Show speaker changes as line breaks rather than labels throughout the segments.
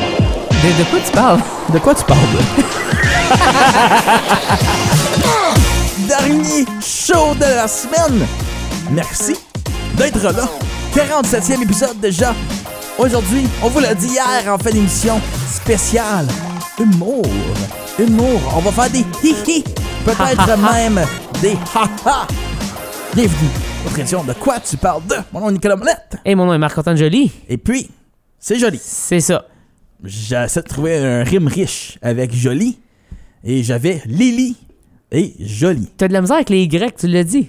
De, de quoi tu parles?
De quoi tu parles? Dernier show de la semaine. Merci d'être là. 47e épisode déjà. Aujourd'hui, on vous l'a dit hier en fait d'émission spéciale. Humour. Humour. On va faire des hi-hi. Peut-être même des ha-ha. Bienvenue aux édition de Quoi tu parles de. Mon nom est Nicolas Molette.
Et mon nom est Marc-Antoine Joly.
Et puis, c'est joli.
C'est ça.
J'essaie de trouver un rime riche avec joli. Et j'avais Lily et Jolie.
T'as de la misère avec les Y, tu l'as dit.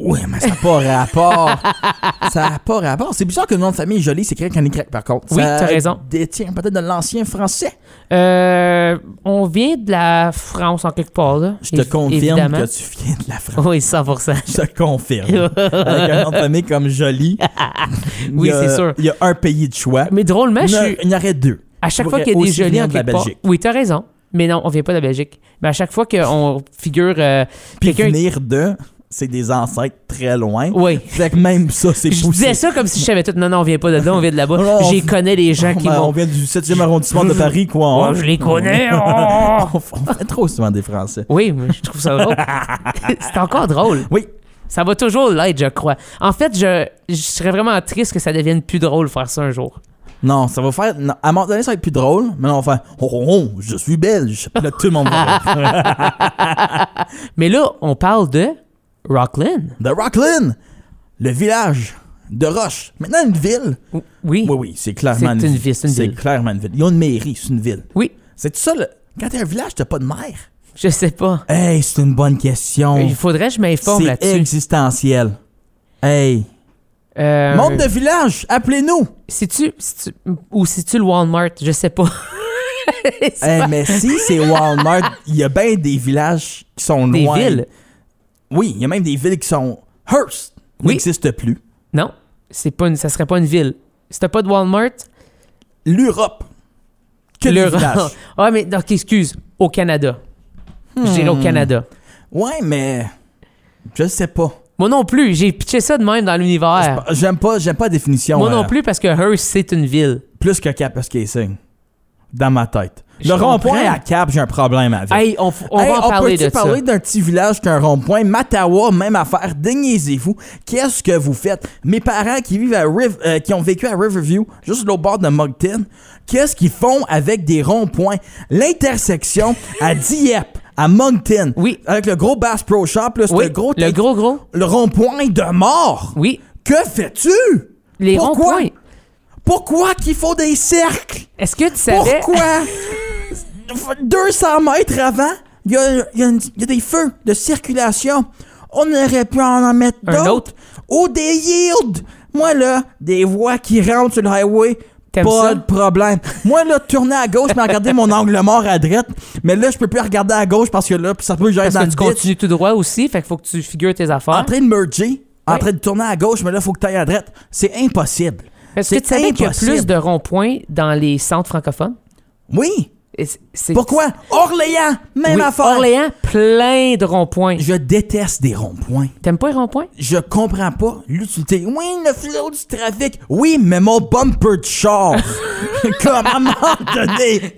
Oui, mais ça n'a pas rapport. ça n'a pas rapport. C'est bizarre que le nom de famille Jolie s'écrit avec un Y, par contre.
Oui,
Ça
t'as raison.
détient peut-être de l'ancien français.
Euh, on vient de la France en quelque part, là.
Je te
Évi-
confirme
évidemment.
que tu viens de la France.
Oui, 100%.
Je te confirme. avec un nom de famille comme Jolie.
Oui,
il y a-
c'est sûr.
Il y a un pays de choix.
Mais drôlement,
il, y
je
en a-
suis...
il y en aurait deux.
À chaque
Je
fois qu'il y a
pourrais
des
aussi
jolis
venir
en
de la
quelque part.
Belgique.
Oui, t'as raison. Mais non, on vient pas de la Belgique. Mais à chaque fois qu'on figure euh,
Puis
quelqu'un.
venir de, c'est des ancêtres très loin.
Oui.
Fait que même ça, c'est
Je
poussé.
disais ça comme si je savais tout. Non, non, on vient pas de là, on vient de
Non,
là-bas.
on-
J'y connais les gens
Oh,
qui
ben, on
m'ont.
vient du 7e arrondissement de Paris, quoi. hein.
Oh, je les connais. oh!
on on fait trop souvent des Français.
Oui, mais je trouve ça drôle. c'est encore drôle.
Oui,
Ça va toujours l'être, je crois. En fait, je, je serais vraiment triste que ça devienne plus drôle faire ça un jour.
Non, ça va faire. non, à un moment donné, ça va être plus drôle, mais là, on va faire Oh, oh, oh, je suis belge. Puis Là, tout le monde va rire.
Mais là, on parle de Rockland.
De Rocklin, le village de Roche. Maintenant, une ville.
O- Oui.
Oui, oui, c'est clairement
C'est une ville, c'est une ville.
clairement une ville. Ils ont une mairie, c'est une ville.
Oui.
C'est tout ça, le... quand t'es un village, t'as pas de maire.
Je sais pas.
Hey, c'est une bonne question.
Il faudrait que je m'informe
C'est
là-dessus.
existentiel. Hey.
Euh,
Monde de village, appelez-nous.
Si-tu, si-tu- ou si-tu le Walmart, je sais pas. C'est
Hey,
pas-
Eh, mais si c'est Walmart, il y a bien des villages qui sont
Des
loin.
villes.
Oui, il y a même des villes qui sont. Hearst
Oui.
n'existe plus.
Non, c'est pas une, ça serait pas une ville. Si t'as pas de Walmart,
l'Europe. Que le
l'Europe- ah, mais ok, excuse, au Canada. Je dirais au
Hmm.
Canada.
Ouais, mais je sais pas.
Moi non plus, j'ai pitché ça de même dans l'univers.
J'aime pas, j'aime pas la définition.
Moi
euh,
non plus parce que Hearst, c'est une ville.
Plus que Cap Escasing. Dans ma tête.
Je
le rond-point
comprends.
à Cap, j'ai un problème avec.
Hey, on, f- on
Hey,
va en parler
peut-tu
de
parler
ça.
d'un petit village qu'un rond-point? Matawa, même affaire. Déniaisez-vous. Qu'est-ce que vous faites? Mes parents qui vivent à Riv- euh, qui ont vécu à Riverview, juste au bord de Moncton, qu'est-ce qu'ils font avec des ronds-points? L'intersection à Dieppe, à Moncton.
Oui.
Avec le gros Bass Pro Shop, là, c'est
Oui,
le gros...
le gros, gros.
le rond-point de mort.
Oui,
Que fais-tu?
les
Pourquoi?
ronds-points.
Pourquoi qu'ils font des cercles?
Est-ce que tu savais...
Pourquoi? 200 mètres avant, il y a, il y a une- il y a des feux de circulation. On aurait pu en mettre
Un
d'autres. Ou des yields. Moi, là, des voies qui rentrent sur le highway,
T'aimes
pas
ça?
de problème. Moi, là, tourner à gauche, mais regarder mon angle mort à droite. Mais là, je peux plus regarder à gauche parce que là, ça peut que j'aille
Parce
dans
que
le
tu
ditch.
continues tout droit aussi, fait qu'il faut que tu figures tes
En
affaires.
train de merger, en
Oui.
train de tourner à gauche, mais là, faut que tu ailles à droite. C'est impossible.
Est-ce que
C'est
tu savais qu'il y a
impossible.
plus de ronds-points dans les centres francophones?
Oui.
Et c'est- c'est-
Pourquoi? Orléans, même
Oui,
affaire.
Orléans, plein de ronds-points.
Je déteste des ronds-points.
T'aimes pas les ronds-points?
Je comprends pas l'utilité. Oui, le flot du trafic. Oui, mais mon bumper de char. Comme à un moment donné.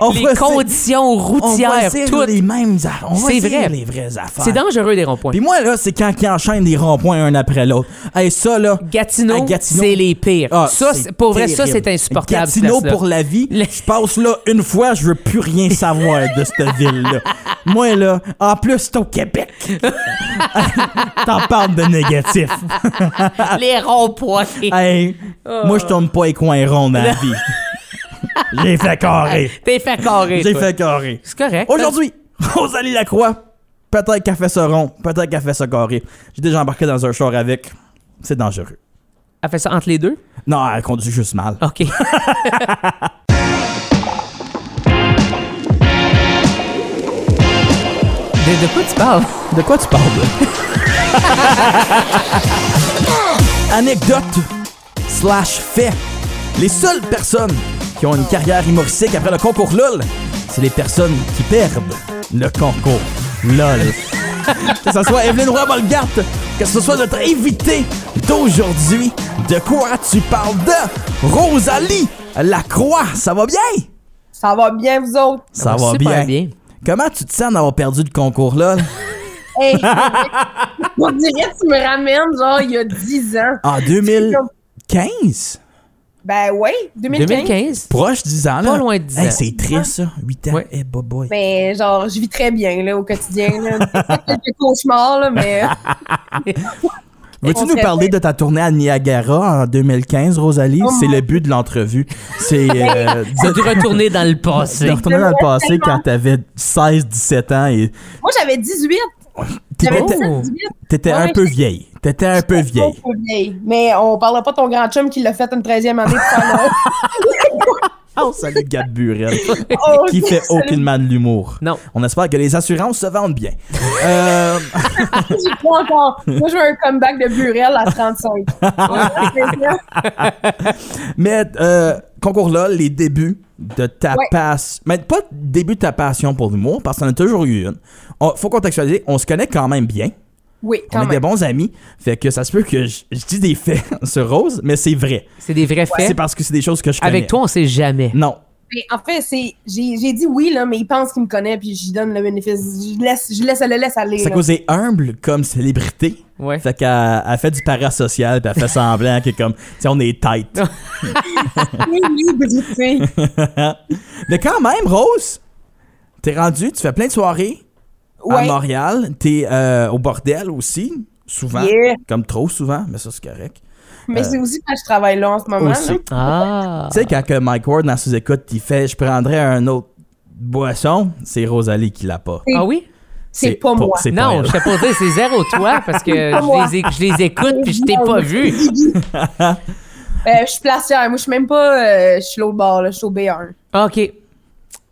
On
les
va essayer-
conditions
on va
routières,
essayer
tout.
les mêmes affaires. On va
C'est
essayer
vrai.
les vraies affaires.
C'est dangereux, des ronds-points.
Puis moi, là, c'est quand ils enchaînent des ronds-points un après l'autre. Hey, ça, là. à
Gatineau,
Ah, Gatineau-
c'est les pires.
Ah,
ça, c'est- pour vrai, ça,
terrible.
c'est insupportable. cette
Gatineau
place-là.
pour la vie.
Le-
Je passe là une fois, je veux plus rien savoir de cette ville-là. Moi, là, en plus, c'est au Québec. T'en parles de négatif.
les ronds-points.
Hey,
Oh.
moi, je tourne pas les coins ronds dans la vie. J'ai fait carré.
T'es fait carré.
J'ai
toi.
fait carré.
C'est correct.
Aujourd'hui, Rosalie Lacroix, peut-être qu'elle fait ça rond, peut-être qu'elle fait ça carré. J'ai déjà embarqué dans un char avec. C'est dangereux.
Elle fait ça entre les deux?
Non, elle conduit juste mal.
OK. De, de quoi tu parles?
Bah, De quoi tu parles? Anecdote slash fait. Les seules personnes qui ont une carrière humoristique après le concours LOL, c'est les personnes qui perdent le concours LOL. que ce soit Evelyne Roy-Bolgart, que ce soit notre invité d'aujourd'hui, de quoi tu parles de Rosalie Lacroix, ça va bien?
Ça va bien, vous autres?
Ça va bien.
super
Comment tu te sens d'avoir perdu le concours là?
Hey, on dirait que tu me ramènes, genre, il y a 10 ans.
En 2015?
Ah. Ben oui, 2015.
2015.
Proche 10 ans, là.
Pas loin de 10
Hey,
ans.
c'est triste, ça. 8 ans.
Ouais.
Eh, boy, boy.
Mais Ben, genre, je vis très bien, là, au quotidien, là. Quelques cauchemars, là, mais... euh,
Veux-tu
on
nous
fait-
parler de ta tournée à Niagara en 2015, Rosalie?
Oh
c'est le but de l'entrevue. C'est euh,
C'est de retourner dans le
de
passé.
retourner dans le passé quand t'avais 16, 17 ans et
Moi, j'avais 18.
t'étais,
J'avais
Oh.
17, 18.
t'étais
Ouais,
un
mais
peu vieille. T'étais un peu vieille.
Trop vieille. Mais on parlera pas de ton grand chum qui l'a fait une 13e année. pour faire le-
Oh, salut Gab Burel,
Oh,
qui fait
salut.
aucunement de l'humour.
Non.
On espère que les assurances se vendent bien. Euh,
J'y crois encore. Moi, je veux un comeback de Burel à 35.
mais euh, concours là, les débuts de ta
Ouais.
passion. Mais pas début de ta passion pour l'humour, parce qu'on a toujours eu une. On- faut contextualiser, on se connaît quand même bien.
oui,
on
quand
est des
même.
bons amis. Fait que ça se peut que je, je dis des faits sur Rose, mais c'est vrai.
C'est des vrais
C'est
faits.
parce que c'est des choses que je connais.
Avec toi, on sait jamais.
Non.
Mais en fait, c'est, j'ai, j'ai dit oui, là, mais il pense qu'il me connaît, puis je lui donne le bénéfice. Je laisse, je laisse, elle le laisse aller.
Ça
là.
cause est humble comme célébrité.
Ouais.
Fait qu'elle elle fait du parasocial, puis elle fait semblant que comme, tu sais, on est tight.
Oui, oui, Britney.
mais quand même, Rose, t'es rendu, tu fais plein de soirées à
Ouais.
Montréal. T'es euh, au bordel aussi, souvent.
Yeah.
Comme trop souvent, mais ça, c'est correct.
Mais c'est aussi parce que je travaille là en ce moment.
Aussi.
là.
Ah.
Tu sais, quand que Mike Ward, dans ses écoutes, il fait « Je prendrais un autre boisson », c'est Rosalie qui l'a pas.
Ah oui?
C'est, pas moi.
c'est pas
Non,
elle.
je t'ai pas dit, c'est zéro toi, parce que
pas moi.
je les, é- je les écoute puis je t'ai pas vu.
Euh, je suis placière. Moi, je suis même pas. euh, je suis l'autre bord, là. Je suis au B1.
Ah, OK.
Je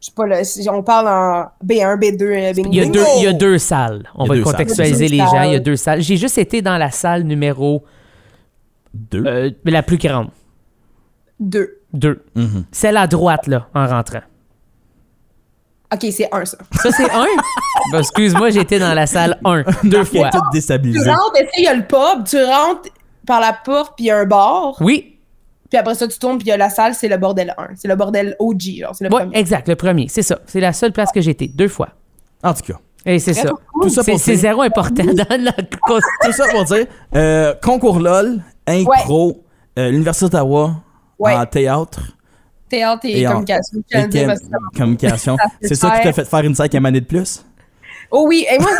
suis pas là. si- On parle en B1, B2, euh, B1.
Il y a deux, il y a deux salles. On
Il y a
va
deux
contextualiser
salles.
les
Deux
gens. Il y a
salles.
deux salles. J'ai juste été dans la salle numéro
Deux.
euh, la plus grande.
Deux.
Deux.
Mhm.
Celle à droite, là, en rentrant.
Ok, c'est un, ça.
Ça, c'est un. Ben, Excuse-moi, j'étais dans la salle 1 deux
Qui est
fois.
toute
Tu
déstabilisée.
rentres, ben, tu sais, il y a le pub, tu rentres par la porte, puis il y a un bar,
Oui,
puis après ça, tu tournes, puis il y a la salle, c'est le bordel 1. C'est le bordel OG, genre, c'est le
ouais,
premier.
exact, le premier. C'est ça. C'est la seule place que j'ai été. Deux fois.
En tout cas,
Et c'est
Très
ça.
cool.
Tout ça
C'est
pour
c'est
dire- Ah.
zéro important dans la cause.
tout ça pour dire, euh, concours LOL, impro, euh, l'Université d'Ottawa
Ouais.
en théâtre
Théâtre et,
Et en-
communication. je
et
tiens à le dire,
cam-
parce que-
communication.
Ça fait
C'est ça qui t'a
faire.
fait faire une cinquième année de plus?
Oh oui, et moi,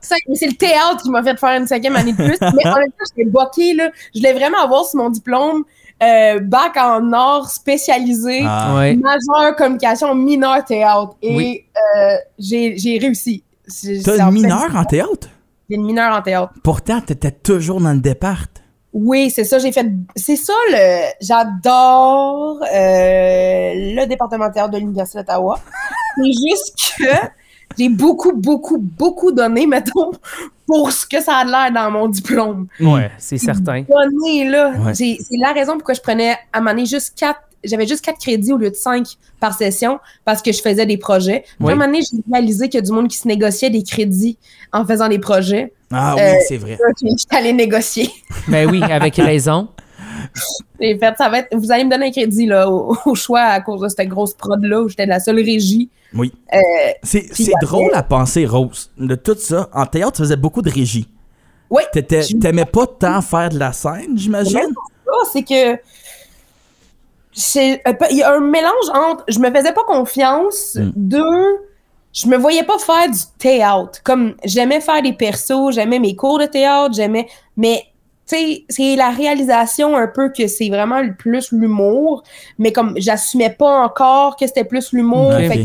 ça, c'est le théâtre qui m'a fait faire une cinquième année de plus. Mais en même temps, j'étais boqué, là. Je voulais vraiment avoir sur mon diplôme euh, bac en art spécialisé.
Ah.
Ouais.
Majeur communication, mineur théâtre. Et
Oui.
euh, j'ai j'ai réussi. C'est- c'est
T'as
en
une
fait-
mineure en théâtre?
J'ai une mineure en théâtre.
Pourtant, t'étais toujours dans le départ.
Oui, c'est ça, j'ai fait. C'est ça, le. J'adore euh, le département de théâtre de l'Université d'Ottawa. C'est juste que j'ai beaucoup, beaucoup, beaucoup donné, mettons, pour ce que ça a l'air dans mon diplôme.
Ouais, c'est certain.
Donné, là.
Ouais.
J'ai- C'est la raison pourquoi je prenais à maner juste quatre. J'avais juste quatre crédits au lieu de cinq par session parce que je faisais des projets. Puis,
Oui.
À un moment donné, j'ai réalisé qu'il y a du monde qui se négociait des crédits en faisant des projets.
Ah
Euh,
oui, c'est vrai.
Là, Je suis allée négocier.
Ben oui, avec raison.
J'ai fait, ça va être, vous allez me donner un crédit là, au, au choix à cause de cette grosse prod-là où j'étais la seule régie.
Oui.
Euh,
C'est
puis
c'est
après-
drôle à penser, Rose, de tout ça. En théâtre, tu faisais beaucoup de régie.
oui,
T'étais-
Je-
T'aimais pas tant faire de la scène, j'imagine?
ça, c'est que. c'est- euh, pas- Il y a un mélange entre je me faisais pas confiance,
Mm.
deux, je me voyais pas faire du théâtre. Comme j'aimais faire des persos, j'aimais mes cours de théâtre, j'aimais. Mais tu sais, c'est la réalisation un peu que c'est vraiment le plus l'humour, mais comme j'assumais pas encore que c'était plus l'humour.
Ok.
fait que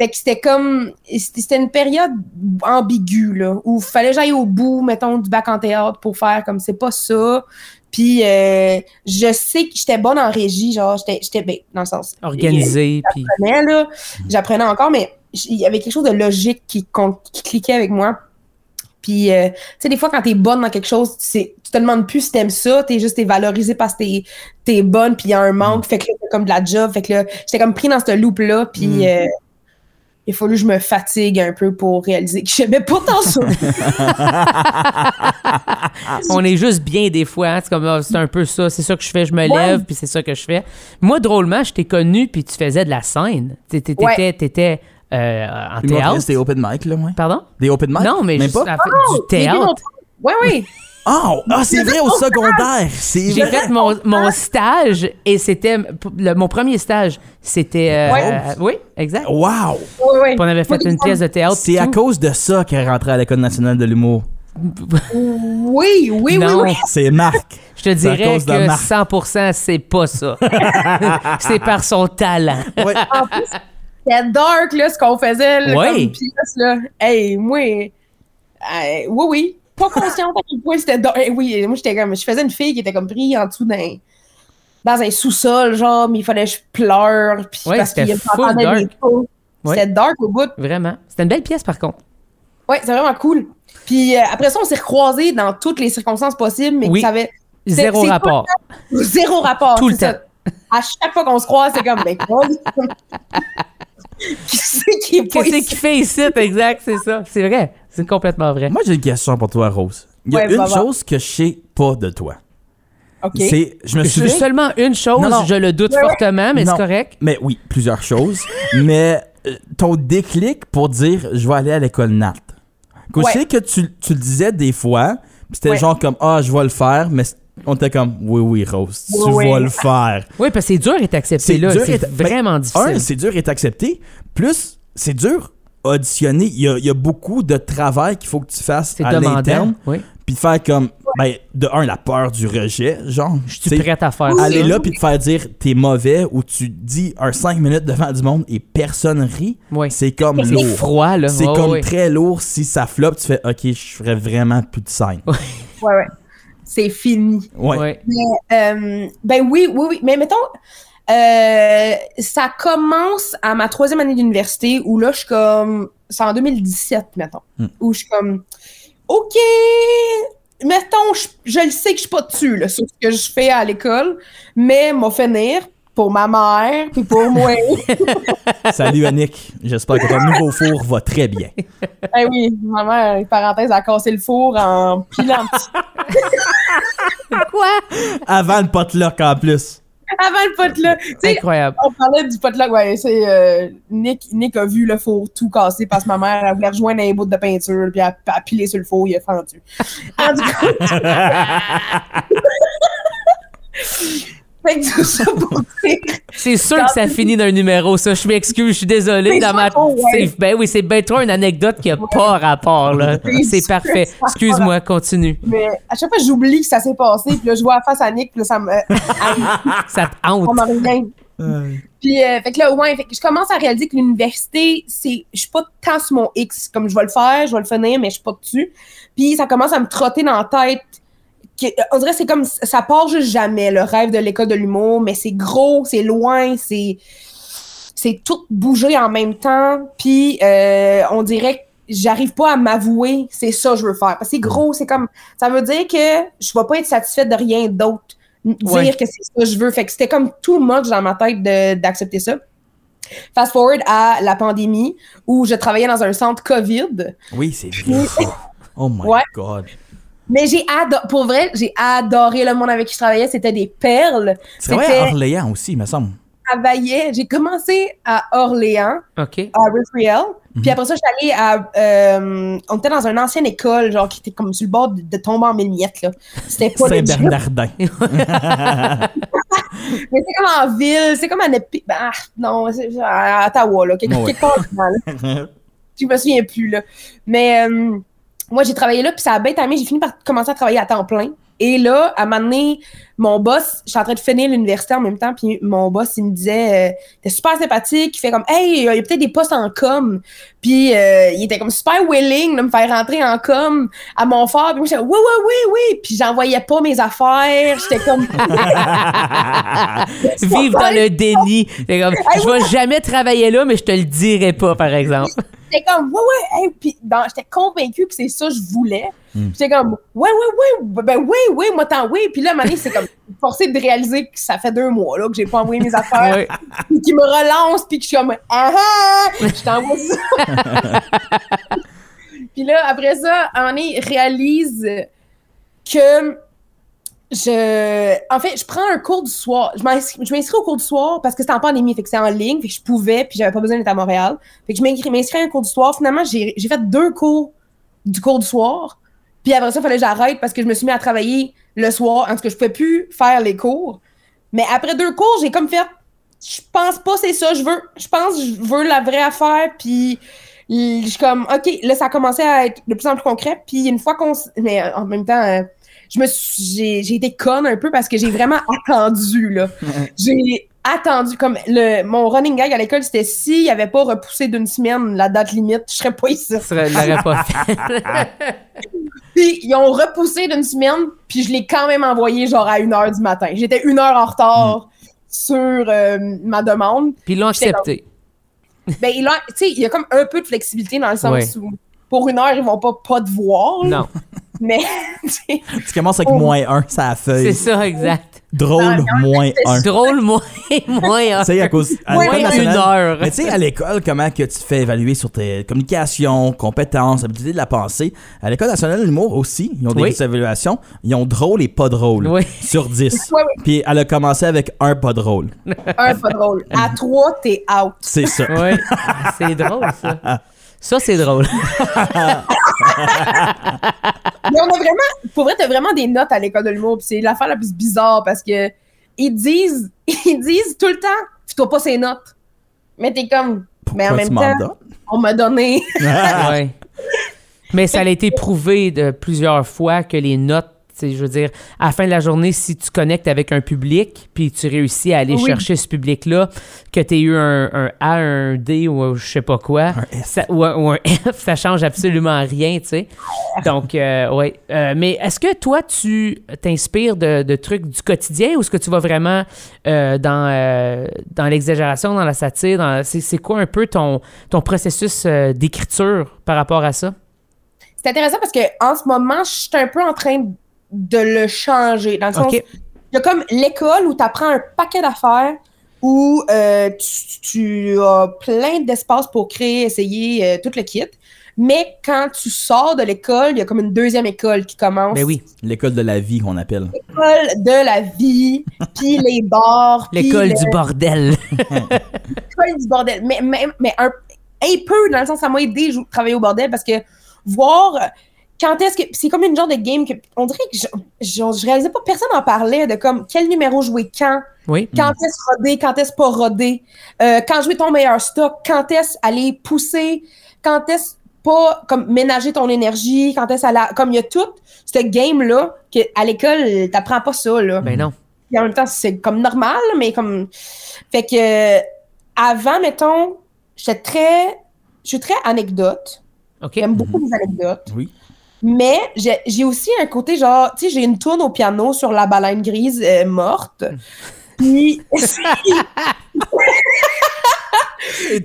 Fait que c'était comme. C'était c'était une période ambiguë, là, où il fallait que j'aille au bout, mettons, du bac en théâtre pour faire comme c'est pas ça. Puis euh, je sais que j'étais bonne en régie, genre, j'étais, j'étais ben, dans le sens.
Organisé, puis
J'apprenais, là,
Mhm.
j'apprenais encore, mais j- il y avait quelque chose de logique qui, con- qui cliquait avec moi. Puis, euh, tu sais, des fois, quand t'es bonne dans quelque chose, tu sais- tu te demandes plus si t'aimes ça, t'es juste, t'es valorisé parce que t'es, t'es
Mhm.
bonne, puis il y a un manque, fait que là, t'as comme de la job, fait que là, j'étais comme pris dans ce loop-là, puis
Mm.
euh, il a fallu que je me fatigue un peu pour réaliser que j'aimais pas tant ça.
On est juste bien des fois. hein. C'est comme, ah, c'est un peu ça. C'est ça que je fais. Je me
Ouais.
lève, puis c'est ça que je fais. Moi, drôlement, je t'ai connu, puis tu faisais de la scène. T'étais, t'étais,
Ouais.
t'étais, euh, en
Humoriste,
théâtre.
C'était open mic, là, ouais.
Pardon?
Des open mic?
non, mais
Même
juste
pas?
à faire du théâtre.
Oui, oui.
Oh, ah, c'est vrai, au secondaire! C'est
J'ai
vrai.
fait mon, mon stage et c'était le- mon premier stage. C'était. euh,
Ouais.
euh, oui, exact.
Wow!
oui, oui.
Puis On avait fait une pièce de théâtre.
C'est à
Oh, tout.
cause de ça qu'elle est rentrée à l'École nationale de l'humour.
Oui, oui, oui,
Non.
oui.
C'est Marc.
Je te
C'est à
dirais
cause de la
que
marque.
100%, c'est pas ça. c'est par son talent.
Ouais.
En plus, c'était dark, là, ce qu'on faisait, là,
Ouais.
comme pièce, là. Hey, moi, euh, oui, oui. Pas consciente à quel point c'était dark. Eh Oui, moi, j'étais comme, je faisais une fille qui était comme prise en dessous d'un, dans un sous-sol, genre, mais il fallait que je pleure, puis
Ouais,
parce qu'il
c'était full
entendait
dark.
des coups.
Ouais.
C'était dark au bout.
Vraiment. C'était une belle pièce, par contre.
Ouais, c'est vraiment cool. Puis euh, après ça, on s'est recroisés dans toutes les circonstances possibles, mais
Oui.
ça avait C'est-
Zéro
c'est
rapport.
zéro rapport.
Tout le
c'est
temps.
ça. À chaque fois qu'on se croise, c'est comme, ben, quoi? qui c'est qui est pas
Qu'est-ce
ici?
qu'il fait ici? Exact, c'est ça. C'est vrai. C'est complètement vrai.
Moi, j'ai une question pour toi, Rose. Il y a
Ouais,
une
va voir.
chose que je sais pas de toi.
OK.
C'est, je me
Je-
souviens.
seulement une chose,
Non, non.
je le doute
Ouais, ouais.
fortement, Ah, mais
Non.
c'est correct.
Mais oui, plusieurs choses. mais euh, ton déclic pour dire je vais aller à l'école Nat. Que Je
Ouais.
sais que tu, tu le disais des fois, pis c'était
Ouais.
genre comme ah, je vais le faire, mais c- on était comme oui, oui, Rose, tu
Oui,
vas
oui.
le faire.
Oui, parce que c'est dur d'être accepté là.
dur
C'est
et- ben,
vraiment
Un,
difficile.
c'est dur et accepté. Plus, c'est dur auditionner. Il y a, il y a beaucoup de travail qu'il faut que tu fasses
C'est
à l'interne.
demandant. Oui.
Puis de faire comme, ben, de un, la peur du rejet, genre.
Je suis
tu sais,
prête à faire ça.
Aller là puis te faire dire t'es mauvais ou tu dis un 5 minutes devant du monde et personne rit,
Oui.
c'est comme
C'est
lourd.
froid, là.
C'est
Ouais,
comme
ouais.
très lourd si ça floppe, tu fais OK, je ferais vraiment plus de scène.
Ouais, ouais. C'est fini.
Ouais.
Ouais.
Euh, ben oui, oui, oui. Mais mettons, euh, ça commence à ma troisième année d'université où là, je suis comme. C'est en 2017, mettons.
Hmm.
Où je suis comme. OK! Mettons, je, je le sais que je suis pas dessus, là, sur ce que je fais à l'école, mais m'a finir pour ma mère, puis pour moi.
Salut Annick, j'espère que ton nouveau four va très bien.
Eh oui, ma mère, parenthèse, a cassé le four en pilant
Quoi?
Avant le potluck en plus.
avant le pote-là. Tu sais,
Incroyable.
On parlait du potluck, ouais, c'est euh, Nick, Nick a vu le four tout cassé parce que ma mère elle voulait rejoindre un bout de peinture puis elle a pilé sur le four, il a fendu. En tout cas, fait que tout ça pour dire,
C'est sûr que ça finit d'un numéro, ça. Je m'excuse, je suis désolé.
C'est
Dans ma...
sûr, ouais.
c'est- Ben oui, c'est bien trop une anecdote qui a pas rapport, là.
C'est
C'est
sûr,
parfait.
ça a pas
Excuse-moi, continue.
mais à chaque fois j'oublie que ça s'est passé puis là je vois la face à Nick puis là ça me
Ça te
on
hante.
m'en revient.
Euh,
Puis, euh, fait que là, ouais, fait que je commence à réaliser que l'université, c'est, je suis pas tant sur mon X. Comme je vais le faire, je vais le finir, mais je suis pas dessus. Puis, ça commence à me trotter dans la tête. Que, on dirait que c'est comme, ça part juste jamais, le rêve de l'école de l'humour, mais c'est gros, c'est loin, c'est, c'est tout bougé en même temps. Puis, euh, on dirait que j'arrive pas à m'avouer, c'est ça que je veux faire. Parce que c'est gros, c'est comme, ça veut dire que je vais pas être satisfaite de rien d'autre dire
Ouais.
que c'est ça que je veux. Fait que c'était comme tout much dans ma tête de- d'accepter ça. Fast forward à la pandémie où je travaillais dans un centre COVID.
oui, c'est vrai. Oh my
Ouais.
god.
Mais j'ai adoré, pour vrai, j'ai adoré le monde avec qui je travaillais. C'était des perles.
Tu travailles à
C'était,
Orléans aussi, il me semble.
je travaillais, j'ai commencé à Orléans,
OK.
à Riverriel. Puis après ça, j'allais à, euh, on était dans une ancienne école, genre, qui était comme sur le bord de, de tomber en mille miettes, là. C'était pas
C'est
legit.
Bernardin.
Mais c'est comme en ville, c'est comme à Nepi- ben, ah, non, c'est à Ottawa, là, quelque,
Ouais.
quelque part là. je me souviens plus là. Mais euh, moi j'ai travaillé là puis ça a bien timé, j'ai fini par commencer à travailler à temps plein. Et là, à un moment donné, mon boss, je suis en train de finir l'université en même temps, puis mon boss, il me disait, euh, il était super sympathique, il fait comme, hey, euh, il y a peut-être des postes en com. Puis euh, il était comme super willing de me faire rentrer en com à mon fort. Puis moi, j'étais, oui, oui, oui, oui. Puis j'envoyais pas mes affaires. J'étais comme,
Vivre dans le déni. C'est comme, je vais jamais travailler là, mais je te le dirai pas, par exemple.
j'étais comme, ouais, ouais, hey, puis dans- j'étais convaincue que c'est ça que je voulais. Puis J'étais comme, ouais, ouais, ouais, ben oui, oui, moi tant oui. Puis là, à un moment donné, c'est comme, forcé de réaliser que ça fait deux mois là, que j'ai pas envoyé mes affaires,
Ouais.
puis qu'ils me relancent, puis que je suis comme, ah ah, je t'envoie ça. Puis là, après ça, Annie réalise que je. En fait, je prends un cours du soir. Je m'inscris je m'inscris au cours du soir parce que c'était en pandémie, fait que c'était en ligne, fait que je pouvais, puis j'avais pas besoin d'être à Montréal. Fait que je m'inscris m'inscris à un cours du soir. Finalement, j'ai j'ai fait deux cours du cours du soir. Puis après ça, il fallait que j'arrête parce que je me suis mis à travailler le soir. En tout cas, je pouvais plus faire les cours. Mais après deux cours, j'ai comme fait. Je pense pas c'est ça, je veux. Je pense que je veux la vraie affaire, puis je suis comme, OK, là, ça a commencé à être de plus en plus concret. Puis une fois qu'on. s- Mais euh, en même temps, euh, je me suis- j'ai, j'ai été conne un peu parce que j'ai vraiment attendu, là. j'ai attendu. Comme le, mon running gag à l'école, c'était s'il n'y avait pas repoussé d'une semaine la date limite, je serais pas ici.
Ça serait- je l'aurais pas fait.
Puis ils ont repoussé d'une semaine, puis je l'ai quand même envoyé genre à 1 heure du matin. J'étais une heure en retard sur euh, ma demande.
Puis ils l'ont
J'étais
accepté.
Ben, il a- tu sais, il y a comme un peu de flexibilité dans le sens
Ouais.
où pour une heure, ils vont pas pas te voir. là.
Non,
Mais, tu sais,
Tu commences avec
Oh.
moins 1 ça
c'est
feuille.
ça, exact.
Drôle, moins 1. Tu
Drôle, moins, moins, hein.
sais, à cause. à
Moins
l'école
une
nationale-
heure.
Mais tu sais, à l'école, comment que tu te fais évaluer sur tes communications, compétences, habilités de la pensée. À l'école nationale de l'humour aussi, ils ont des
Oui.
évaluations. Ils ont drôle et pas drôle.
Oui.
Sur 10.
Ouais, ouais.
Puis elle a commencé avec un pas drôle.
un, pas drôle. À trois, t'es out.
C'est ça.
Oui, c'est drôle, ça. Ça, c'est drôle.
Mais on a vraiment, pour vrai, t'as vraiment des notes à l'école de l'humour, pis c'est l'affaire la plus bizarre parce que ils disent, ils disent tout le temps, pis toi pas ces notes. Mais t'es comme, mais
Pourquoi
en même
tu
temps,
m'en donnes?
on m'a donné.
Ouais. Mais ça a été prouvé de plusieurs fois que les notes, tu sais, je veux dire, à la fin de la journée, si tu connectes avec un public, puis tu réussis à aller
Oui.
chercher ce public-là, que tu eu un, un A, un D ou un je sais pas quoi, ça- ou, un, ou un F, ça change absolument rien, tu sais. Donc, euh, ouais. Euh, mais est-ce que toi, tu t'inspires de, de trucs du quotidien ou est-ce que tu vas vraiment euh, dans, euh, dans l'exagération, dans la satire? dans- C'est c'est quoi un peu ton, ton processus euh, d'écriture par rapport à ça?
C'est intéressant parce que en ce moment, je suis un peu en train de le changer. Dans le sens,
Ok.
il y a comme l'école où tu apprends un paquet d'affaires, où euh, tu, tu as plein d'espace pour créer, essayer euh, tout le kit. Mais quand tu sors de l'école, il y a comme une deuxième école qui commence.
Ben oui,
L'école de la vie qu'on appelle.
L'école de la vie, puis les bars, puis
l'école
le-
du bordel.
l'école du bordel. Mais, mais, mais un, un peu, dans le sens, ça m'a aidé de travailler au bordel parce que voir euh, quand est-ce que. C'est comme une genre de game que. On dirait que je, je, je réalisais pas, personne en parlait de comme quel numéro jouer quand,
Oui.
quand est-ce rodé, quand est-ce pas rodé, euh, quand jouer ton meilleur stock, quand est-ce aller pousser, quand est-ce pas comme ménager ton énergie, quand est-ce aller. Comme il y a tout ce game-là que à l'école, t'apprends pas ça, là.
Ben non.
Puis en même temps, c'est comme normal, mais comme. Fait que. euh, Avant, mettons, j'étais très. Je suis très anecdote.
OK. Mm-hmm.
J'aime beaucoup les anecdotes.
Oui.
Mais j'ai j'ai aussi un côté genre, tu sais, j'ai une tourne au piano sur la baleine grise euh, morte.
Hmm.
Puis,
C'est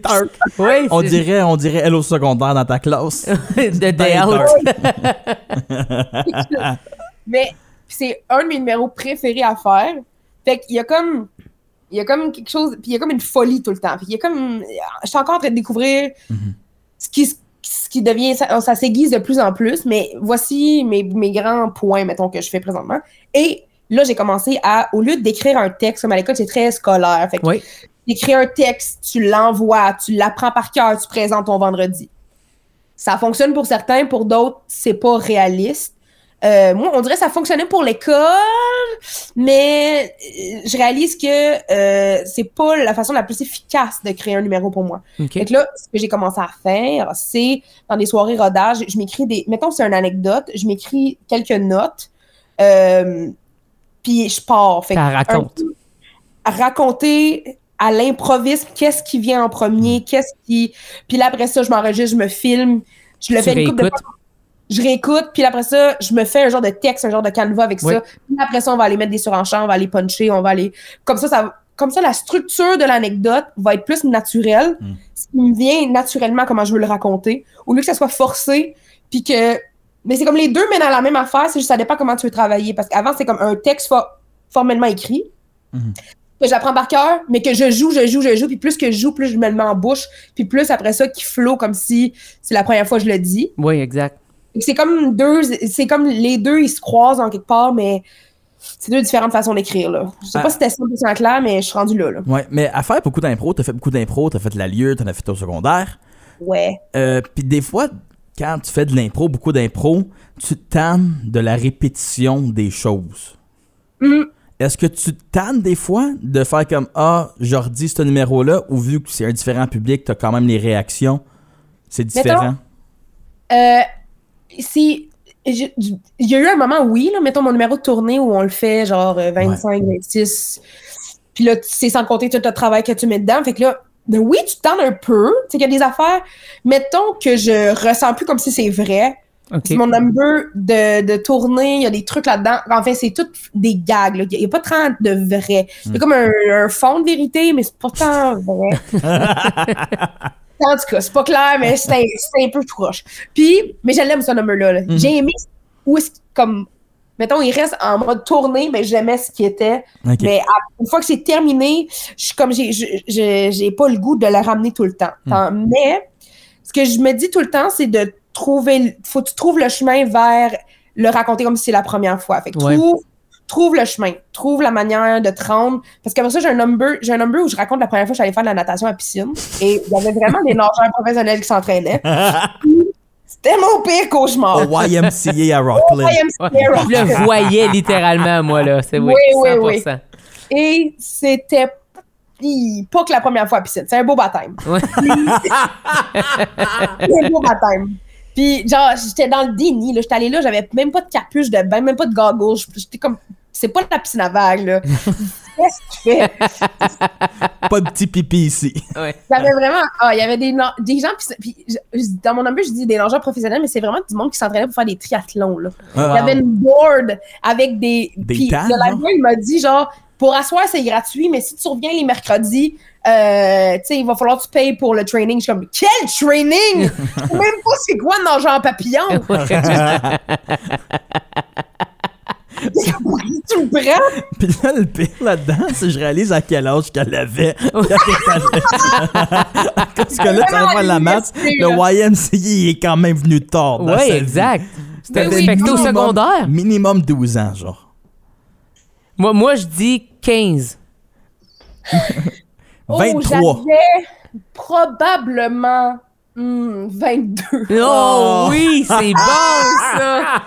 dark.
Oui,
On
c'est-
dirait, on dirait elle au secondaire dans ta classe.
de
Dans les
day out.
dark.
mais c'est un de mes numéros préférés à faire. Fait qu'il y a comme. Il y a comme quelque chose. Puis il y a comme une folie tout le temps. Puis il y a comme. Je suis encore en train de découvrir ce qui, ce qui devient. Ça, ça s'aiguise de plus en plus. Mais voici mes, mes grands points, mettons, que je fais présentement. Et là, j'ai commencé à. Au lieu d'écrire un texte, comme à l'école, c'est très scolaire. Fait que
Oui.
t'écris un texte, tu l'envoies, tu l'apprends par cœur, tu présentes ton vendredi. Ça fonctionne pour certains, pour d'autres, c'est pas réaliste. Euh, moi, on dirait que ça fonctionnait pour l'école, mais euh, je réalise que euh, c'est pas la façon la plus efficace de créer un numéro pour moi.
OK.
Fait que là, ce que j'ai commencé à faire, c'est dans des soirées rodage, je m'écris des. Mettons, c'est une anecdote, je m'écris quelques notes, euh, puis je pars. Fait que
Ça raconte.
à raconter à l'improvisme qu'est-ce qui vient en premier, qu'est-ce qui. Puis là, après ça, je m'enregistre, je me filme, je le
Tu
fais une couple de
réécoutes.
fois. Je réécoute, puis là, après ça, je me fais un genre de texte, un genre de canevas avec
Oui.
ça. Puis après ça, on va aller mettre des surenchants, on va aller puncher, on va aller. Comme ça, ça comme ça, la structure de l'anecdote va être plus naturelle,
Mm.
ce qui me vient naturellement comment je veux le raconter, au lieu que ça soit forcé, puis que... Mais c'est comme les deux mènent à la même affaire, c'est juste ça dépend comment tu veux travailler, parce qu'avant, c'est comme un texte fo- formellement écrit,
Mhm.
que j'apprends par cœur, mais que je joue, je joue, je joue, puis plus que je joue, plus je me le mets en bouche, puis plus après ça, qui flot comme si c'est la première fois que je le dis.
Oui, exact.
Fait que C'est comme deux, c'est comme les deux, ils se croisent en quelque part, mais c'est deux différentes façons d'écrire, là. Je sais
Ah.
pas si c'était 100% clair, mais je suis rendu là, là.
Ouais, mais à faire beaucoup d'impro, t'as fait beaucoup d'impro, t'as fait de la lieu, t'en as fait au secondaire.
Ouais.
Euh, Puis des fois, quand tu fais de l'impro, beaucoup d'impro, tu te tannes de la répétition des choses.
Mm.
Est-ce que tu te tannes des fois de faire comme Ah, je redis ce numéro-là ou vu que c'est un différent public, t'as quand même les réactions C'est différent.
Euh, si, je- je- il y a eu un moment, oui, là, mettons mon numéro de tournée où on le fait genre euh, 25, 26. Puis là, tu- c'est sans compter tout le travail que tu mets dedans. Fait que là, ben oui, tu t'en un peu. Tu sais, qu'il y a des affaires, mettons que je ressens plus comme si c'est vrai.
OK.
C'est mon number de, de tournée, il y a des trucs là-dedans. En fait, c'est tout des gags. là. Il n'y a pas 30 de vrai. C'est
Mm.
comme un, un fond de vérité, mais c'est pourtant vrai. en tout cas, c'est pas clair, mais c'est un, c'est un peu proche. Puis, mais je l'aime ce number-là. là.
Mhm.
J'ai aimé où est-ce comme. Mettons, il reste en mode tournée, mais j'aimais ce qui était.
Ok.
Mais à- une fois que c'est terminé, je suis comme j'ai, je- je- j'ai pas le goût de le ramener tout le temps.
Hmm.
Tant- Mais ce que je me dis tout le temps, c'est de trouver, le- faut que tu trouves le chemin vers le raconter comme si c'est la première fois. Fait que
Ouais.
trouve, trouve le chemin, trouve la manière de te rendre. Parce qu'après ça, j'ai un number, j'ai un number où je raconte la première fois que j'allais faire de la natation à piscine. Et il y avait vraiment des nageurs professionnels qui s'entraînaient. C'était mon pire cauchemar.
Au YMCA à Rockland.
I am
Oh, Ouais.
scared.
Je le voyais littéralement, moi, là. C'est oui,
Oui, oui,
100%.
oui. Et c'était Hi, pas que la première fois à piscine. C'est un beau baptême.
Ouais.
C'est un beau baptême. Puis, genre, j'étais dans le déni. là. J'étais allée là, j'avais même pas de capuche de bain, même pas de goggles. J'étais comme, c'est pas la piscine à vagues, là. Qu'est-ce que tu fais?
Pas de petit pipi ici.
Ouais.
J'avais vraiment. Ah, il y avait des, na- des gens. Puis, puis je- je- dans mon number, je dis des nageurs professionnels, mais c'est vraiment du monde qui s'entraînait pour faire des triathlons, là. Il y avait une board avec des.
Des
puis
tables,
le
là?
livreur, il m'a dit genre, pour asseoir, c'est gratuit, mais si tu reviens les mercredis, euh, tu sais, il va falloir que tu payes pour le training. Je suis comme, quel training? Je sais même pas c'est quoi dans genre papillon. tu me prends?
Puis là, le pire là-dedans, c'est que je réalise à quel âge qu'elle avait. Quand elle- Parce que là,
Ah
tu vas faire la masse. Le YMCA il est quand même venu tard. dans sa
Oui,
vie.
exact. C'était
Ben
un
oui,
spectacle au
Minimum-
secondaire.
Minimum 12 ans, genre.
Moi, moi, je dis 15.
Oh,
23.
j'avais probablement hmm, 22.
Oh,
Oh.
oui, c'est bon, ça.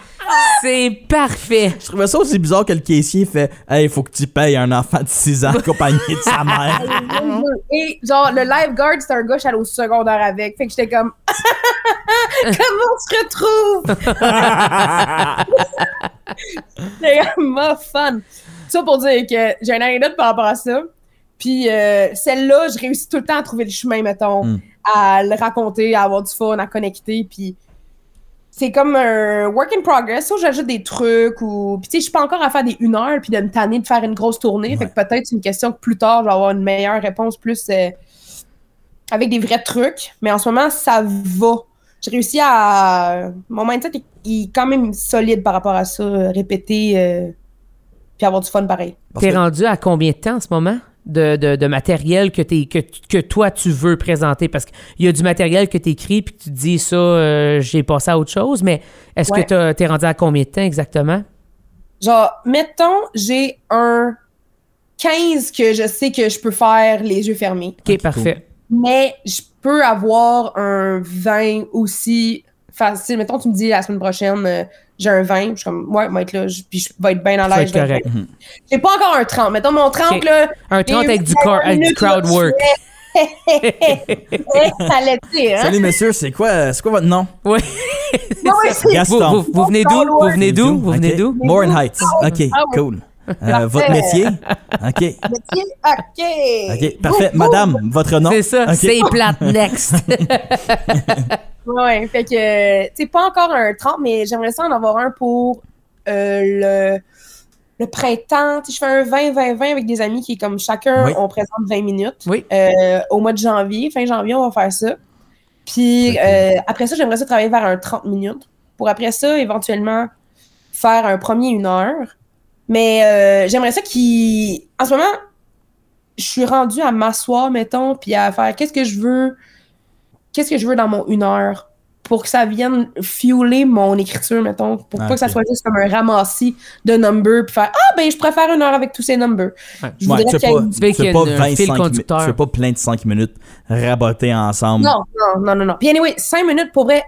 C'est parfait.
Je trouvais ça aussi bizarre que le caissier fait Hey, faut que tu payes un enfant de 6 ans accompagné de sa mère.
Et genre, le lifeguard, c'est un gars, j'allais au secondaire avec. Fait que j'étais comme, comment on se retrouve? C'était vraiment fun. Ça pour dire que j'ai une anecdote par rapport à ça. Puis euh, celle-là, je réussis tout le temps à trouver le chemin, mettons,
Mm.
à le raconter, à avoir du fun, à connecter. Puis c'est comme un work in progress où j'ajoute des trucs ou puis tu sais je suis pas encore à faire des une heure puis de me tanner de faire une grosse tournée fait que peut-être c'est une question que plus tard je vais avoir une meilleure réponse plus euh, avec des vrais trucs mais en ce moment ça va j'ai réussi à mon mindset est, il est quand même solide par rapport à ça euh, répéter euh, puis avoir du fun pareil
Parce
T'es
que-
rendu à combien de temps en ce moment de, de- de matériel que, t'es- que, tu- que toi tu veux présenter? Parce qu'il y a du matériel que tu écris puis que tu te dis ça, euh, j'ai passé à autre chose, mais est-ce
Ouais.
que t'as- t'es rendu à combien de temps exactement?
genre mettons j'ai un 15 que je sais que je peux faire les yeux fermés
Ok, parfait.
Mais je peux avoir un vin aussi facile. Mettons, tu me dis la semaine prochaine, euh, j'ai un vin. Je suis comme, ouais, va être là, je- puis je vais être bien à
Ça va
l'aise.
être
je vais
correct.
être- J'ai pas encore un 30. Mettons, mon 30,
Mhm. Ok.
là.
Un 30 avec du, cor- avec du crowd work.
ça l'est, hein?
Salut, messieurs, c'est quoi, c'est quoi votre nom
Oui.
Non, mais c'est-
Gaston.
Vous, vous- vous venez d'où? Vous venez d'où? Vous venez
Ok.
d'où? Oh,
Morin Heights. Ok,
Ah oui.
cool. Euh, votre métier Ok.
métier. OK.
Ok, parfait.
Boum, boum.
Madame, votre nom
C'est ça,
Ok.
c'est plate next.
Ouais, fait que, tu sais, pas encore un 30, mais j'aimerais ça en avoir un pour euh, le le printemps. Tu sais, je fais un 20-20-20 avec des amis qui est comme chacun,
Oui.
on présente 20 minutes.
Oui.
Euh, au mois de janvier, fin janvier, on va faire ça. Puis euh, après ça, j'aimerais ça travailler vers un 30 minutes. Pour après ça, éventuellement, faire un premier une heure. Mais euh, j'aimerais ça qui. En ce moment, je suis rendue à m'asseoir, mettons, puis à faire qu'est-ce que je veux. Qu'est-ce que je veux dans mon une heure pour que ça vienne fueler mon écriture, mettons, pour
Ah,
pas que ça
ok.
soit juste comme un ramassis de numbers, puis faire Ah, ben, je préfère une heure avec tous ces numbers.
Ouais.
Je
Ouais,
voudrais
tu
qu'il y ait
veux
une-
pas,
Tu veux
tu veux
qu'il y
pas
ait un fil
25 mi-
conducteur.
tu veux pas plein de 5 minutes raboter ensemble.
Non, non, non, non, non. Puis anyway, 5 minutes, pour vrai,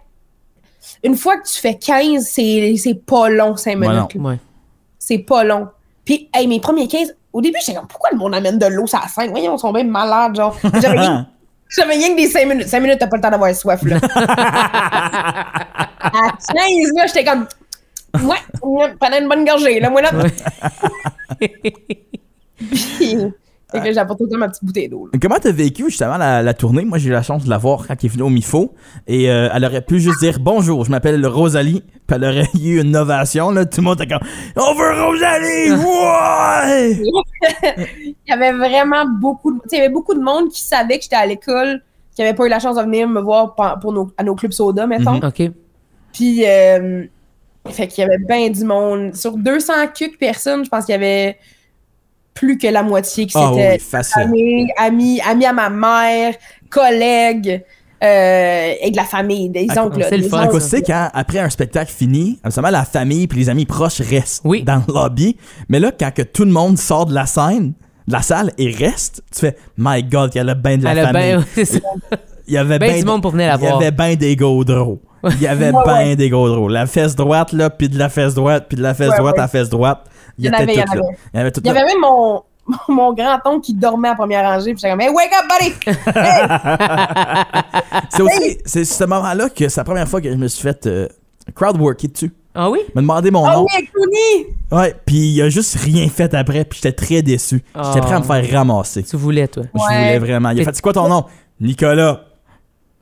une fois que tu fais 15, c'est c'est pas long, 5
Ouais,
minutes.
non.
là.
Ouais.
C'est pas long. Puis, hey, mes premiers 15, au début, j'étais comme, pourquoi le monde amène de l'eau, ça à 5? Voyons, ils sont bien malades, genre. J'avais
Hein?
rien, j'avais rien que des 5 minutes. 5 minutes, t'as pas le temps d'avoir soif, là. à 15, là, j'étais comme, ouais, ouais, prenais une bonne gorgée, là, moi, là. Puis, fait que là, j'apporte tout le temps ma petite bouteille d'eau, là.
Comment t'as vécu justement la, la tournée? Moi, j'ai eu la chance de la voir quand elle est venue au MIFO. Et euh, elle aurait pu juste dire bonjour, je m'appelle Rosalie. Puis elle aurait eu une ovation. Là, tout le monde était comme On veut Rosalie! Ouais!
il y avait vraiment beaucoup de, tu sais, il y avait beaucoup de monde qui savait que j'étais à l'école, qui n'avait pas eu la chance de venir me voir pa- pour nos, à nos clubs soda, mettons.
Mm-hmm.
OK.
Puis, euh, fait qu'il y avait bien du monde. Sur 200 quelques personnes, je pense qu'il y avait plus que la moitié qui
Ah oui,
s'était
facile.
amis, amis, amis à ma mère, collègues euh, et de la famille, des
Ah,
oncles. là,
c'est le
des
fun,
À
oncles.
cause c'est quand, hein, après un spectacle fini, seulement la famille puis les amis proches restent
Oui.
dans le lobby. Mais là, quand que tout le monde sort de la scène, de la salle et reste, tu fais My God, il y a le bain de la
Elle a
famille.
ben, c'est ça.
Il y avait
Ben
ben
du
de-
monde pour venir la
Il y
voir.
avait ben des gaudreaux. Il y avait
Ouais,
ben
ouais.
des gaudreaux. La fesse droite, là, puis de la fesse droite, puis de la fesse
Ouais,
droite
ouais.
à la fesse droite. Il y,
Il y en
était
avait, il y en
tout là.
avait.
Il y avait tout
Il y
là.
avait même mon, mon grand-oncle qui dormait à première rangée. Puis j'étais comme, hey, wake up, buddy!
C'est aussi, c'est ce moment-là que c'est la première fois que je me suis fait euh, crowdworker dessus.
Ah oui?
Il m'a demandé mon
Oh
nom.
oui, Clooney!
Ouais, puis il a juste rien fait après, puis j'étais très déçu. J'étais prêt à me
Ah.
faire ramasser.
Tu voulais, toi.
Je voulais
Ouais.
vraiment. Il a
Mais-
fait, c'est quoi ton nom? Nicolas.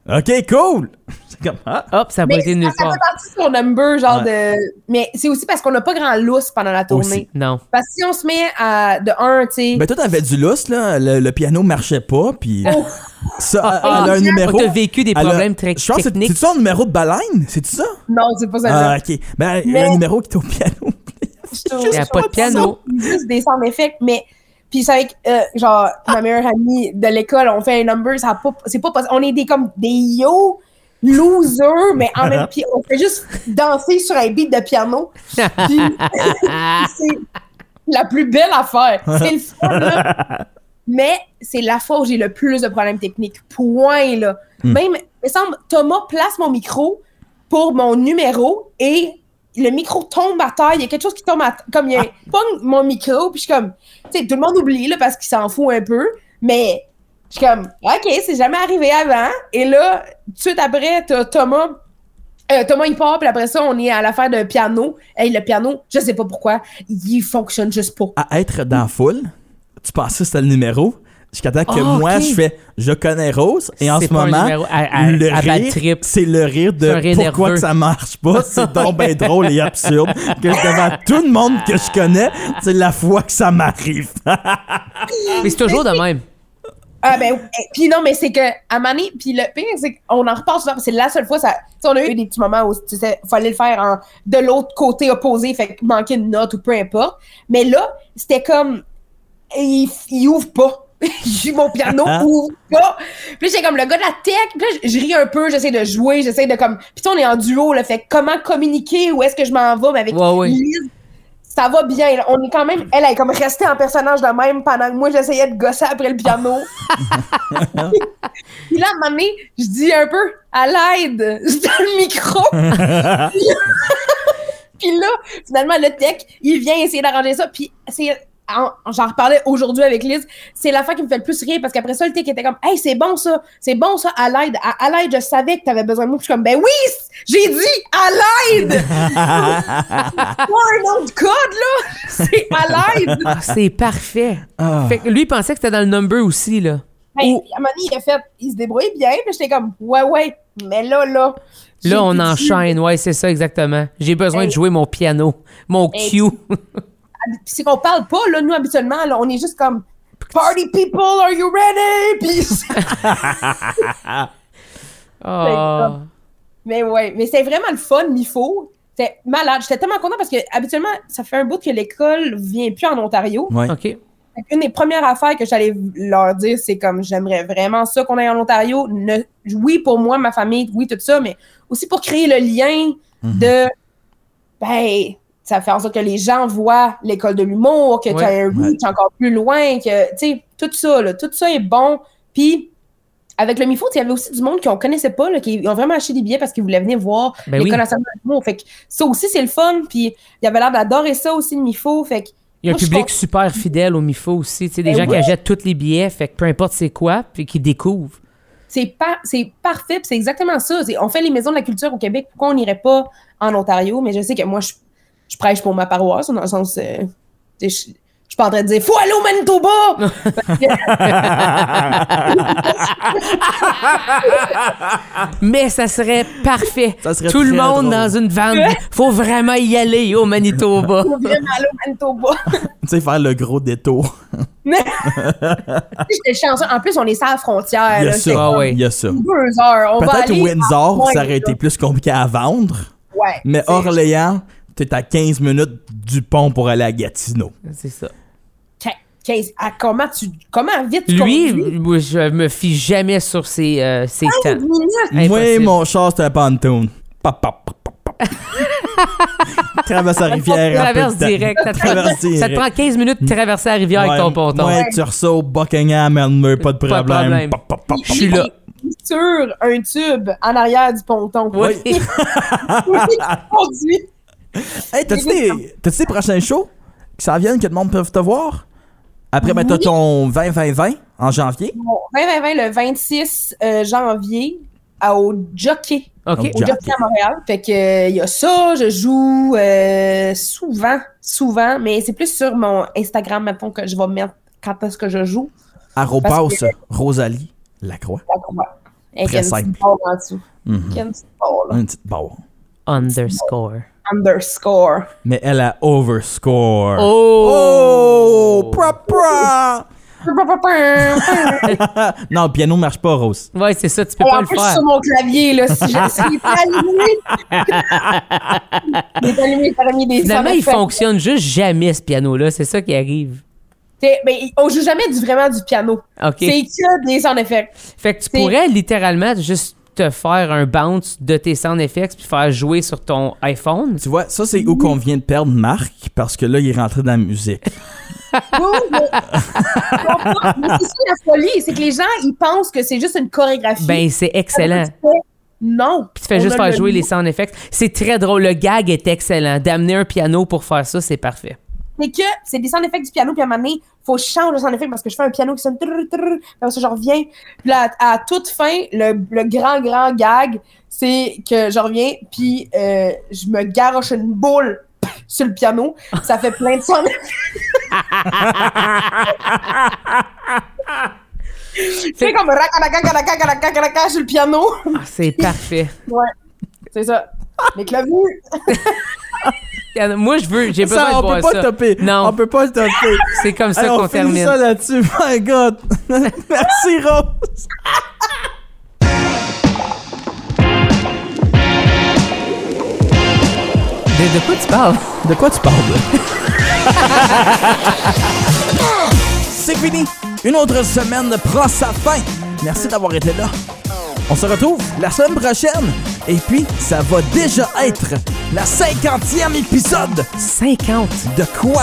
OK, cool. C'est comme, ah.
Hop, ça n'a pas
Mais
été nulle
ça
part.
fait partie de son number, genre de. Mais c'est aussi parce qu'on n'a pas grand lousse pendant la tournée.
Aussi.
Non.
Parce que si on se met à de un, tu sais.
Ben, toi, t'avais du lousse, là. Le, le piano marchait pas, puis.
Oh.
Ah,
Ça, elle a un
Oh,
numéro.
t'as vécu des
Elle a-
problèmes très
Je pense que c'est-
techniques.
c'est-tu un numéro de baleine? C'est-tu ça?
Non, c'est pas ça.
Ah, ok. Ben,
Mais-
le numéro qui est au piano.
Il n'y a pas de piano.
Juste des sound effects, mais. Puis c'est avec, euh, genre,
Ah.
ma meilleure amie de l'école, on fait un number, ça a pas, c'est pas possible. On est des comme des yo losers, mais en même temps, on fait juste danser sur un beat de piano. Puis
Ah,
c'est la plus belle affaire. C'est le fun, là. Mais c'est la fois où j'ai le plus de problèmes techniques. Point, là. Même, il me semble, Thomas place mon micro pour mon numéro et le micro tombe à terre. Il y a quelque chose qui tombe à terre. Comme il y a pogne mon micro, puis je suis comme, tu sais, tout le monde oublie, là, parce qu'il s'en fout un peu. Mais je suis comme, OK, c'est jamais arrivé avant. Et là, tout de suite après, t'as Thomas euh, Thomas, il part, puis après ça, on est à l'affaire de piano. Hey, le piano, je sais pas pourquoi, il fonctionne juste pas.
À être dans la foule, tu pensais que c'était le numéro. Jusqu'à temps que
Ah,
moi,
ok.
je fais Je connais Rose. Et en
C'est
ce
pas un
moment,
numéro à- à-
le
à bad
rire,
trip.
c'est le rire de
C'est un rire
pourquoi
nerveux.
que ça marche pas. C'est donc ben drôle et absurde que je- devant tout le monde que je connais, c'est la fois que ça m'arrive.
Mais c'est toujours de même.
Ah ben, eh, puis non, mais c'est que à Mané, puis le pire, c'est qu'on en reparle souvent, parce que c'est la seule fois, ça, tu sais, on a eu des petits moments où tu sais, fallait le faire en- de l'autre côté opposé, fait que manquer une note ou peu importe. Mais là, c'était comme, il, il ouvre pas. J'ai mon piano ouvre pas. Puis là, j'étais comme le gars de la tech, puis là, je- je ris un peu, j'essaie de jouer, j'essaie de comme, puis tu sais, on est en duo, là, fait que comment communiquer, où est-ce que je m'en vais, mais avec
Ouais, ouais.
Lise, ça va bien. là. On est quand même. Elle, elle est comme restée en personnage de même pendant que moi, j'essayais de gosser après le piano. Puis là, à un moment donné, je dis un peu à l'aide. Je dans le micro. Puis là, finalement, le tech, il vient essayer d'arranger ça. Puis c'est. en- J'en reparlais aujourd'hui avec Liz. C'est la fin qui me fait le plus rire parce qu'après ça, le tech était comme Hey, c'est bon ça. C'est bon ça, à l'aide. À, à l'aide, je savais que t'avais besoin de moi. Puis Je suis comme Ben oui, j'ai dit à l'aide. pas un autre code, là. C'est à l'aide.
Ah, c'est parfait.
Ah.
Fait que lui, il pensait que c'était dans le number aussi, là.
Hey, puis à un moment donné, il a fait, il se débrouille bien, puis j'étais comme, ouais, ouais, mais là, là. j'ai Ben,
Là, on
plus de-
enchaîne. Ouais, c'est ça, exactement. J'ai besoin
Hey. ben,
de jouer mon piano, mon
Hey.
cue.
Puis c'est qu'on parle pas, là, nous, habituellement, là, on est juste comme Party people, are you ready? Puis-
Ah.
mais ouais, mais c'est vraiment le fun, Mifo. C'était malade. J'étais tellement contente parce que habituellement, ça fait un bout que l'école vient plus en Ontario.
Ouais.
OK.
Fait qu'une des premières affaires que j'allais leur dire, c'est comme j'aimerais vraiment ça qu'on aille en Ontario. Ne- oui, pour moi, ma famille, oui, tout ça, mais aussi pour créer le lien
Mhm.
de ben, ça fait en sorte que les gens voient l'école de l'humour, que
Ouais.
tu as un
Ouais.
reach encore plus loin, que tu sais, tout ça, là, tout ça est bon. Puis avec le MIFO, il y avait aussi du monde qu'on connaissait pas, là, qui ont vraiment acheté des billets parce qu'ils voulaient venir voir
Ben oui.
l'école nationale de l'humour. Fait que ça aussi, c'est le fun. Puis il avait l'air d'adorer ça aussi, le MIFO. Fait que
Il y a un
Moi, je
public
pense-
super fidèle au MIFO aussi. Tu sais, des
Ben
gens qui
oui.
achètent tous les billets, fait que peu importe c'est quoi, puis qui découvrent.
C'est par- c'est parfait, puis c'est exactement ça. C'est- On fait les maisons de la culture au Québec, pourquoi on n'irait pas en Ontario? Mais je sais que moi, je, je prêche pour ma paroisse, dans le sens. euh, tu sais, je, je suis pas en train de dire Faut aller au Manitoba! Parce que-
Mais ça serait parfait.
Ça serait
Tout le
très
monde
drôle.
dans une vanne. Faut vraiment y aller au Manitoba.
faut vraiment aller au Manitoba!
Tu sais, faire le gros détour.
J'étais chanceux. En plus, on est à la frontière.
Il y a
là. C'est
ça.
Ah ouais.
Il y a ça.
deux heures. On va
Peut-être
aller à
Windsor,
Point,
ça aurait
là.
été plus compliqué à vendre.
Ouais.
Mais
C'est
Orléans, t'es à 15 minutes du pont pour aller à Gatineau.
C'est ça.
quin- quinze- ah, comment, tu, comment vite tu
Lui,
conduis?
moi, je me fie jamais sur ses, euh, ses temps.
15 minutes.
Ah, Moi,
Impossible.
mon char, c'est un pontoon. Pop, pop, pop, pop, pop. Traverse la rivière. en peu de
Traverse
temps.
direct. Ça te,
Traverse
prend, ça te
direct.
prend 15 minutes de traverser la rivière avec ton
Ouais,
ponton.
ouais, tu ressors Buckingham, Elmer, pas de
de
problème.
problème.
Pop, pop, pop,
Je suis là.
sur un tube en arrière du ponton.
Oui.
Oui, conduit.
Hey, t'as-tu des, t'as-tu des prochains shows qui s'en viennent que le monde peut te voir? Après, ben, t'as
Oui.
ton 20-20-20 en janvier.
Bon, 2020, hein, le 26 euh, janvier à- au Jockey.
OK.
Oh,
Au
Jockey.
Jockey à Montréal. Fait que euh, il y a ça, je joue euh, souvent, souvent, mais c'est plus sur mon Instagram maintenant que je vais mettre quand est-ce que je joue.
À
Parce
Ropaus, Rosalie Lacroix.
Fait qu'on va- Avec une
simple.
petite barre en dessous.
Mhm.
Avec une petite barre, là.
Un petit bon.
Underscore.
Underscore.
Mais elle a overscore.
Oh!
Oh, pra, pra. Non, le piano marche pas, Rose.
Ouais, c'est ça, tu peux
Et
pas
en
le
plus, je suis
faire.
sur mon clavier, là, si je suis pas allumé. Il est allumé, il a mis des
Finalement,
sons
il
effets.
fonctionne juste jamais, ce piano-là. C'est ça qui arrive.
T'sais, ben, on joue jamais du, vraiment du piano.
OK.
C'est que des sound effets.
Fait que tu
C'est-
pourrais littéralement juste te faire un bounce de tes sound effects puis faire jouer sur ton iPhone.
Tu vois, ça, c'est où qu'on vient de perdre Marc parce que là, il est rentré dans la musique.
Oui, oui, mais- Mais c'est ça la folie, c'est que les gens, ils pensent que c'est juste une chorégraphie.
Ben, c'est excellent.
non.
Puis tu fais
On
juste
a
faire
le
jouer
nom.
les sound effects. C'est très drôle. Le gag est excellent. D'amener un piano pour faire ça, c'est parfait.
C'est que c'est des sound effects du piano, puis à un moment donné, faut que je change le sound effect parce que je fais un piano qui sonne trrr, trrr, parce que je reviens. Puis là, à à toute fin, le, le grand, grand gag, c'est que je reviens, puis euh, je me garoche une boule sur le piano. Ça fait plein de sound effects. C'est comme racacacacacacacacacaca sur le piano.
Ah, c'est parfait.
Ouais, c'est ça. Les claviers.
Yann, Moi, je veux. J'ai besoin
Ça,
de
on peut
voir
pas
ça.
le topper.
Non.
On peut pas le topper.
C'est comme ça
Hey, on
qu'on
finit
termine.
ça là-dessus. My God. Merci, Rose.
De, de quoi tu parles?
De quoi tu parles? C'est fini. Une autre semaine prend sa fin. Merci d'avoir été là. On se retrouve la semaine prochaine. Et puis, ça va déjà être la cinquantième épisode
50.
de Quoi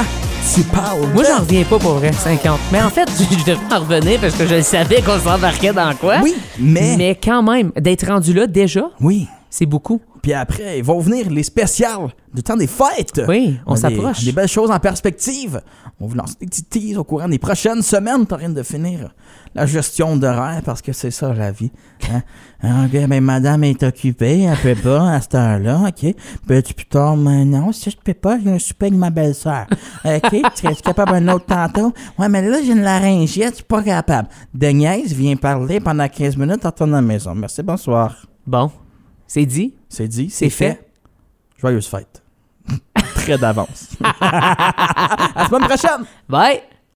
tu parles.
Moi, j'en reviens pas pour vrai, 50. Mais en fait, je, je devrais en revenir parce que je le savais qu'on s'embarquait dans quoi.
Oui, mais-
Mais quand même, d'être rendu là déjà,
Oui.
c'est beaucoup.
Puis après, ils vont venir les spéciales du temps des fêtes.
Oui, on
a des-
s'approche.
Des belles choses en perspective. On vous lance des petits teas au courant des prochaines semaines. T'as rien de finir la gestion d'horaire parce que c'est ça la vie. Hein? Ah, OK, ben madame est occupée, elle peut pas à cette heure-là, OK. Ben tu plus tard, mais non, si je peux pas, j'ai un souper avec ma belle-sœur. OK, tu serais-tu capable un autre tantôt? Ouais, mais là, j'ai une laryngite, je suis pas capable. De niaise, viens parler pendant 15 minutes, retourne à la maison. Merci, bonsoir.
Bon, c'est dit.
C'est dit,
C'est fait.
Joyeuse fête. très d'avance. à la semaine prochaine!
Bye!